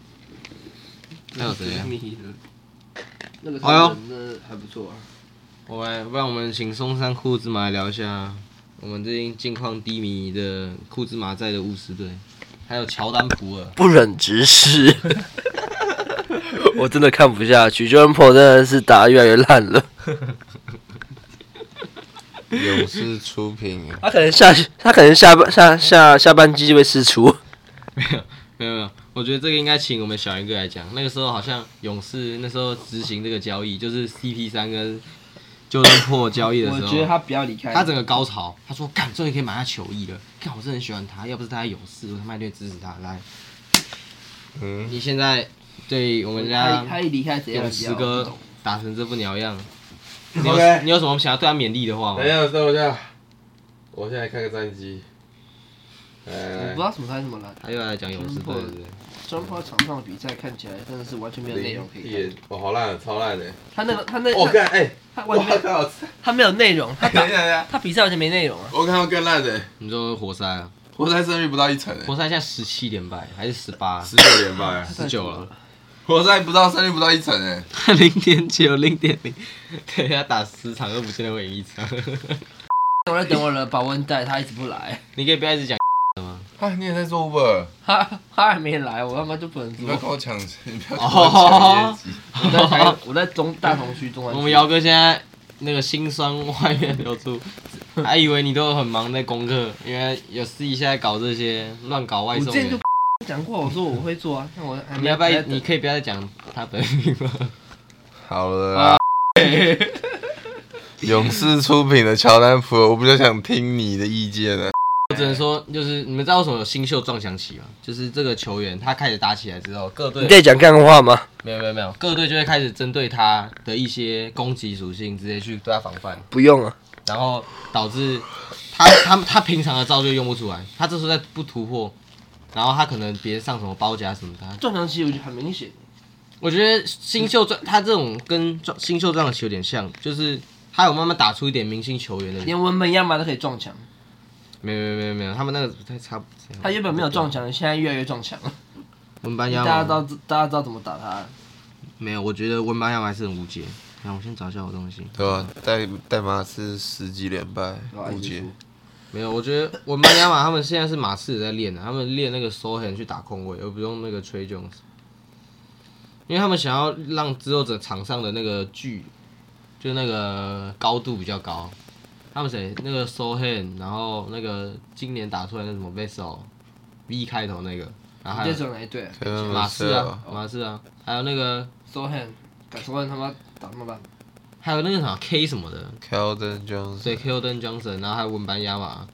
还有谁啊？
你的那个
哎呦
汤姆真的还不错啊，
我们来不然我们请松山库兹马来聊一下我们最近近况低迷的库兹马在的巫师队，还有乔丹普尔。
不忍直 视。我真的看不下去 j o h n p o 真的是打越来越烂了。
勇士出品，
他可能下他可能下半下下下半季就被释出。
没有没有，我觉得这个应该请我们小严哥来讲。那个时候好像勇士那时候执行这个交易，就是 CP 三跟就丹破交易的时候，
他不要离开
他整个高潮，他说：“干，终于可以买他球衣了！干，我真的很喜欢他，要不是他在勇士，我他妈一定会支持他。”来，
嗯，
你现在对我们
他
家
他一离开谁要
勇
比较
士
好我不
哥
懂
打成这副鸟 样，你有
OK
你有什么想要对他勉励的话吗
等一？下，等我一下，我现在看个战哎绩。
我
来
不知道什么他什么了。
他又来讲勇士队，对不对？
j o h n p o 场上的比赛看起来真的是完全没有内容可以看。
一，我哦好烂，超烂的。
他那个他那
哦
我
他
看，哎，
他
我
完全
靠，
他没有内容，他
等
打
一下，等一下，
他比赛完全没内容啊。
我看到更烂的，
你说活塞啊，
活塞胜率不到一成，
活塞现在十七连败还是十八？
十九连啊败，
十九了，
活塞不到胜率不到一成，哎，
零点九，零点零， 对他打十场都不见得会赢一场。
我在等我的保温袋，他一直不来。
你可以不要一直讲吗？
啊，你也在做 Uber？
他他还没来，我他妈就不能
你
做
不要。跟我抢，你不要跟我抢业
哦
绩。
我在台，我在中大同区中安区。
我们姚哥现在那个心酸外面流 出，还以为你都很忙在功课，原来有私底下在搞这些乱搞外
我之
送
前就
的。
讲过，我说我会做啊，那我还
你
没
要不要？
还在
你
等
可以不要再讲他本名 吗？
好了啦。 勇士出品的乔丹普尔，我比较想听你的意见啊呢。
我只能说，就是你们知道为什么有新秀撞墙期吗？就是这个球员他开始打起来之后，各队
你在讲干话吗？
没有没有没有，各队就会开始针对他的一些攻击属性，直接去对他防范，
不用啊，
然后导致 他他他平常的招就用不出来，他这时候再不突破，然后他可能别上什么包夹什么的，他
撞墙期我觉得很明显。
我觉得新秀传他这种跟撞新秀撞的有点像，就是他有慢慢打出一点明星球员的，
连文本亚马都可以撞墙，
没有没有没有没有，他们那个不太差不。
他原本没有撞墙，现在越来越撞墙了。
文班亚
大
马，
家都知大家知道怎么打他了，
没有，我觉得文班亚马还是很无解。然后我先找一下我东西。
对吧？代代码是十几连败，
对吧
误解。
没有，我觉得文班亚马他们现在是马刺在练的，啊他们练那个 s o h a n 去打空位，而不用那个 Trey Jones，因为他们想要让之后整场上的那个距，就那个高度比较高。他们谁？那个 s o h a n 然后那个今年打出来的什么 Vessel V 开头那个，然后还
这
有
种哪一队
马刺啊，马刺啊，还有那个
？Sohan，敢说他妈打他妈烂，
还有那个什么 K 什么的，
，Keldon Johnson，
对 k e l d o n Johnson，然后还有文班亚马。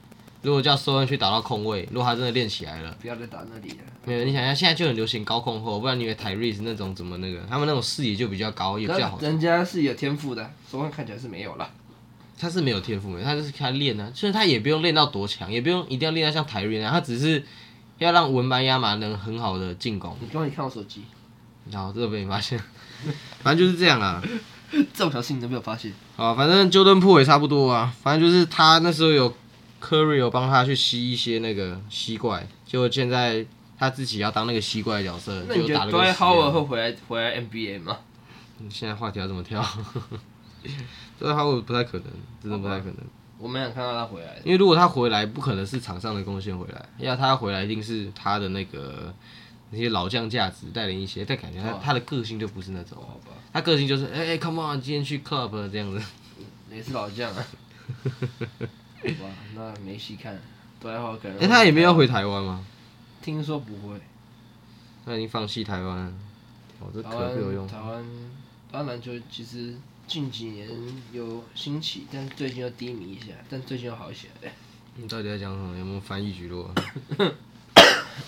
如果叫 s o h a n 去打到空位，如果他真的练起来了。
不要再打那里了。
没有，你想一下，现在就很流行高控后，不然你以为 Tyrese 那种怎么那个？他们那种视野就比较高，也比较好
可。人家是有天赋的，Sohan 看起来是没有了。
他是没有天赋的，他就是他练啊，所以他也不用练到多强，也不用一定要练到像 Tyrese 那样，他只是要让文班亚马能很好的进攻。
你刚刚你看我手机，
然后这个被你发现， 反正就是这样啦。
这么小事你都没有发现？
啊，反正 Jordan p o 也差不多啊，反正就是他那时候有 Curry 有帮他去吸一些那个吸怪，结果现在他自己要当那个吸怪的角色，
那你
就
觉
打了
得 d w y
个
h o w a r
后。
会回来回来 NBA 吗？
你现在话题要怎么跳？ 这他我不太可能，真的不太可能。
我蛮想看到他回来的。
因为如果他回来，不可能是场上的贡献回来，要他回来一定是他的那个那些老将价值带领一些，但感觉他、
哦
他的个性就不是那种，
好吧，
他个性就是哎、哎 come on，今天去 club 了这样子。
也是老将 啊。好吧，那没戏看。d w y h o w a r 可能
哎、
会
他也没有回，台湾吗？
听说不会。
他已经放弃台湾了。我、这
台
可不有
湾
用。
台湾台湾篮球其实近几年有兴起，但是最近又低迷一下，但最近又好起来。
你到底在讲什么？有没有翻译举落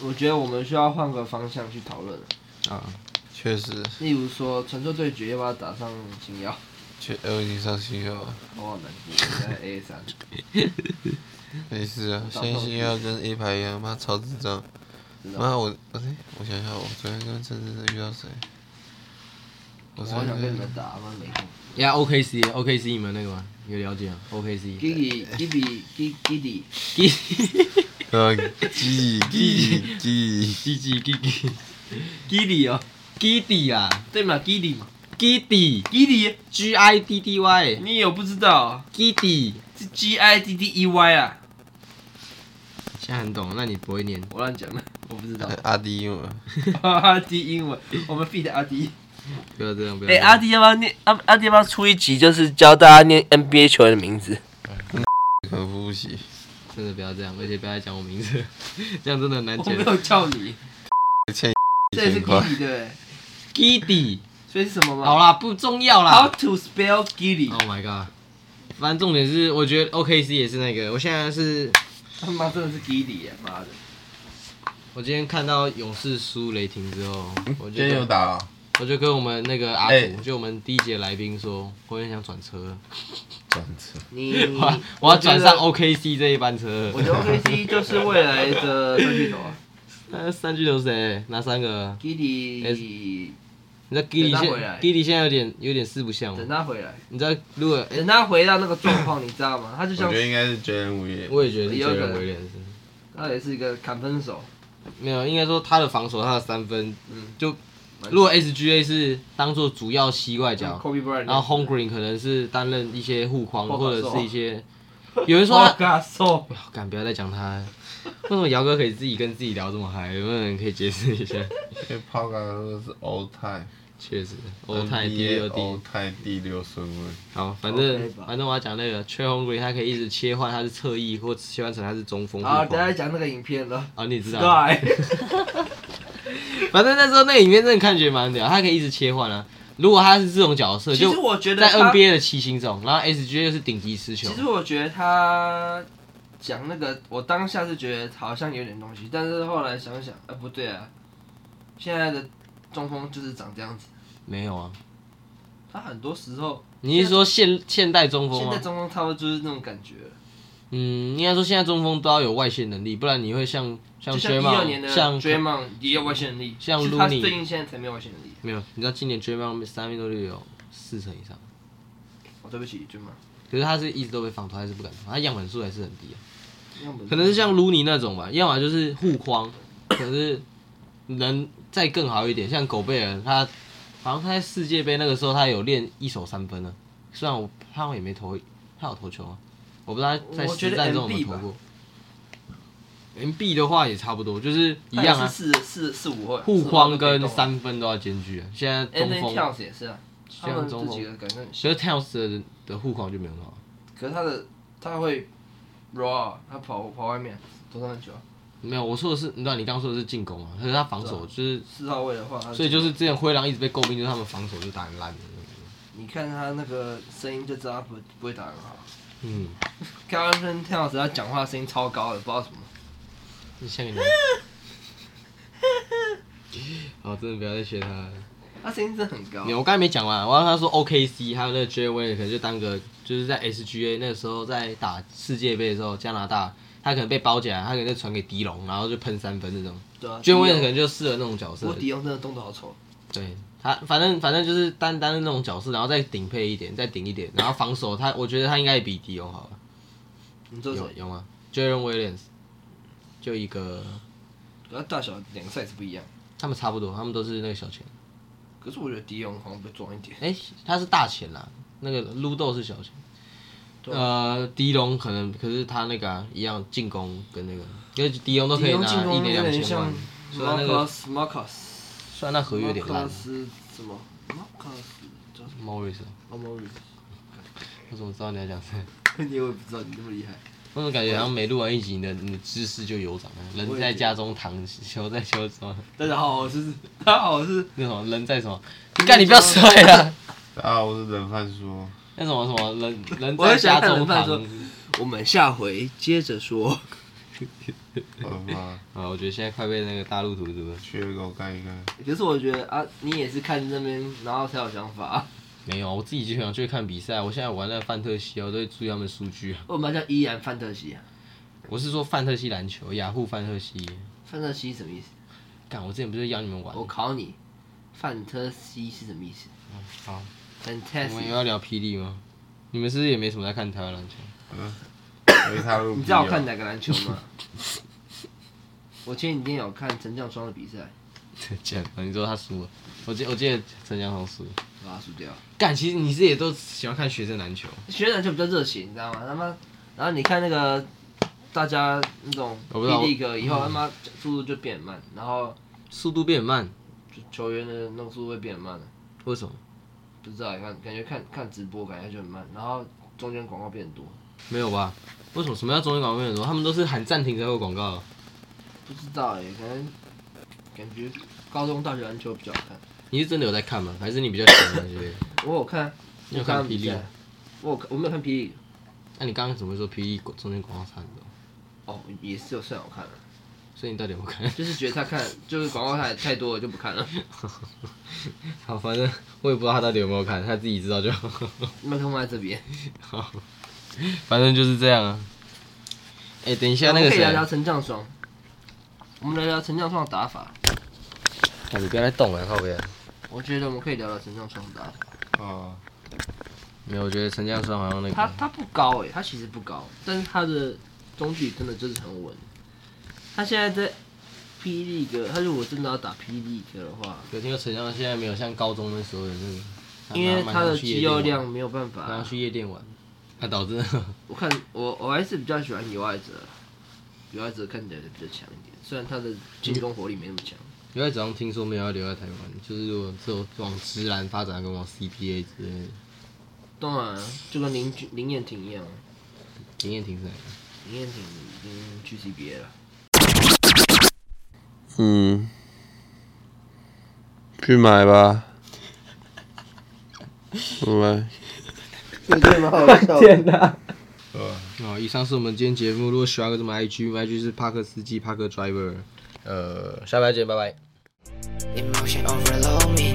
我觉得我们需要换个方向去讨论了，
啊？
确实，
例如说传说对决要不要打上星耀？
确我已经上新啊药了，
我好难过，在 A 三。
没事啊，现在新药跟 A 牌一样，妈超智障。
真的
妈，我我哎，我想一下，我昨天跟陈真真遇到谁？
我
我昨
好想跟你
天
们打，妈没 空。
哎呀、yeah,，OKC，OKC、你们那个吗？有了解啊？OKC。
Gigi Gigi Gigi Gigi，
呃，鸡鸡鸡，
叽叽叽叽
Gigi 哦，
叽底啊，
对嘛，Gigi 嘛
叽底。
，Gigi，
G I D D Y
你有不知道啊？
Giddy，
是 G I D D E Y 啊，
现在很懂，那你不会念
我乱讲的，我不知 道。
阿迪用了，
阿迪英文，我们 feed 阿迪。
不要这样，不要
哎、
这样。
阿迪要不要念？阿阿迪要不要出一集，就是教大家念 NBA 球员的名字？
可不行。
真的不要这样，而且不要再讲我名字， 这样真的很难
我
解
没。有叫你，
欠
这也是
一千块
Gilly 对不对，
Giddy，
所以是什么吗？
好啦，不重要
h o w
啦。
to spell Gilly？
Oh my god，反正重点是，我觉得 OKC 也是那个，我现在是，
他妈真的是 Gilly 啊，妈的！
我今天看到勇士输雷霆之后，
嗯
我
今
就
天有
跟
打
我就跟我们那个阿
哎
土，就我们第一节来宾说，我很想转车，
转车，
你
我要我要转上
嗯我
OKC 这一班车
觉。得我觉得 OKC 就是未来的三巨头啊
那三巨头谁？哪三个？
，Gilly，
哎你知道 Giddy
等他
现
回来
Giddy 现在有点有点四不像
等
我。
他回来，
你知道如果
等他回到那个状况，你知道吗？他就
我
像
觉得应该是 j a n 五月。
我也觉得是
有
杰
可能
伦威廉斯，
他也是一个砍分手，
没有，应该说他的防守，他的三分，
嗯，
就
蛮嗯
如果 SGA 是当做主要膝外
像
角，
Kobe Bryant，
然后 Home Green 可能是担任一些护框
后防
或者
手
是一些有人说他，
嘎瘦，
敢不要再讲他了，为什么姚哥可以自己跟自己聊这么嗨？有没有人可以解释一下？
因为泡咖说是欧泰，
确实，欧泰第六
欧
地，
泰第六顺位，
好，反正
OK 哦吧
反正我要讲那个 t r e Hungry，他可以一直切换，他是侧翼或切换成他是中锋。
啊，
或
等
后
一下
卫
讲那个影片了。
啊，你知道？
对，
反正那时候那个影片真的看觉得蛮屌，他可以一直切换啊。如果他是这种角色，
其
就
实我觉得
在
他
NBA 的七星中，然后 SG 又是顶级持球
其，实我觉得他讲那个，我当下是觉得好像有点东西，但是后来想想，啊，不对啊，现在的中锋就是长这样子，
没有啊？
他很多时候
你是说现现代中锋
现在
吗？
中锋差不多就是那种感觉了。
嗯，应该说现在中锋都要有外线能力，不然你会像像
就像
薛
一
茂
二年的，
像
Draymond 也有外线能力，
像
是他
Looney
最近现在才没有外线能力。
没有，你知道今年 d r a m o n 三分球率有四成以上，
哦，对不起，Draymond，
可是他是一直都被放投，还是不敢投，他样本数还是很低啊、
要么
可能是像卢尼那种吧，要么就是护框，可是能再更好一点，像狗贝尔他，好像他在世界杯那个时候他有练一手三分呢、虽然我他好像也没投，他有投球啊，我不知道他在
我觉
实
得
战中有没有
MB
投
吧
过。M B 的话也差不多，就是一
他也
样
是
啊，
四四四五会
护框跟三分都要兼具啊。现在中
Anthony
锋
Towns 啊也是啊，他
像
们
中
这几
锋，
个感觉很
其
像，
实 Towns 的的护框就没有很好啊。
可是他的他会 raw，他跑跑外面投三分球，
没有，我说的是，你知道你刚刚说的是进攻啊，可是他防守就是
四号啊位的话，他
所以就是之前灰狼一直被诟病，就是他们防守就打很烂的那种。
你看他那个声音就知道他不不会打很好。
嗯，
k a r v i n Towns 他讲话声音超高的，不知道什么。
你先给你。 哦，真的不要再学他了。
他声音真的很高
没，有我刚才没讲完，我让他说 OKC，还有那个 J w a y 可能就当个就是在 SGA 那个时候在打世界杯的时候，加拿大他可能被包夹，他可能就传给迪龙，然后就喷三分那种。
对啊。
J w a y 可能就适合那种角
不过
色，
迪翁真的动作好丑，
对他反正反正就是单单的那种角色，然后再顶配一点，再顶一点，然后防守他我觉得他应该也比迪龙好。
你知道谁
有？有吗？Jalen Williams 就一个，
可他大小两个 size 不一样，
他们差不多，他们都是那个小钱。
可是我觉得迪翁好像比较壮一点。
哎、他是大钱啦，那个撸豆是小钱。
对
呃，迪龙可能，可是他那个、啊、一样进攻跟那个，因为迪龙都可以拿
进
一
攻
年
有
两
点
千
像
万，虽然那个
Marcus Marcus
虽然那合约有点烂
Marcus 什么 Marcus 叫什么
，Morris，啊
o m o r
我怎么知道你要讲谁？
你我也不知道你那么厉害。
我怎么感觉好像每录完一集，你的你的知识就有涨了？人在家中躺，球在球中，
大家好，我是大家好，我是
那什么人在什么？你干，你不要摔 啊！
大家好，我是人贩说，
那什么什么人人
我
在
很喜欢
家
看
中
人贩
躺
说。我们下回接着说。
我的妈，
啊，我觉得现在快被那个大陆图是不是？
缺口盖一盖。
可是我觉得啊，你也是看这边，然后才有想法、 啊。
没有，我自己就想去看比赛。啊我现在玩那个范特西啊，我都会注意他们数据啊。
我们叫依然范特西啊，
我是说范特西篮球，雅虎范特西。
范特西什么意思？
干，我之前不是邀你们玩？
我考你，范特西是什么意思
好，我们又
？Fantasy，
要聊霹雳吗？你们是不是也没什么在看台湾篮球？
没他入。
你知道我看？哪个篮球吗？ 我前几天有看陈将双的比赛，
讲，你说他输了，我记我记得陈江宏输了。
把他输掉。
干，其实你是也都喜欢看学生篮球，
学篮球比较热血，你知道吗？他妈，然后你看那个大家那种
我不知道
B 哥以后，他妈速度就变慢，然后
速度变慢，
就球员的那个速度会变慢了。
为什么？
不知道，看感觉看看直播感觉就很慢，然后中间广告变多，
没有吧？为什么什么叫中间广告变很多？他们都是喊暂停才有广告。啊
不知道哎，可能感觉高中大学篮球比较好看。
你是真的有在看吗？还是你比较喜欢那些？
我有看，
你有
我
看
比
霹雳
赛
吗，
我有看我没有看霹雳，
那、你刚刚怎么会说 PE 中间广告差很多？
哦，也是有算好看的，
所以你到底有没有看？
就是觉得他看就是广告太太多了就 不看了。
好，反正我也不知道他到底有没有看，他自己知道就好。
麦克风在这边，
好反正就是这样啊。哎、等一下
我
那
们
个
可以
谁
聊，聊陈将双，我们聊聊陈将双的打法。
看你不要再动了，靠边。
我觉得我们可以聊聊陈将双打法。
啊，
哦没有，我觉得陈江川好像那
他
个，
他不高诶、他其实不高，但是他的中距真的就是很稳。他现在在霹雳哥，他如果真的要打霹雳哥的话，
有听说陈江川现在没有像高中的时候的那个，
因为
蛮
他的
常去夜
肌
店
肉
玩，
量没有办
然后
法，
去夜店玩，那导致
我看我我还是比较喜欢有爱者，有爱者看起来比较强一点，虽然他的进攻火力没那么强。
因为早上听说没有要留在台湾，就是如果这种往直男发展，跟往 CBA 之类的，
当然啊，就跟林俊林彦廷一样啊，
林彦廷是哪一个？
林彦廷已经去 CBA 了。
嗯，去买吧。拜拜。
天哪！哦，以上是我们今天节目。如果喜欢，什么 IG，我们 IG 是帕克司机帕克 driver。呃，下班见，拜拜。
Emotion overload me.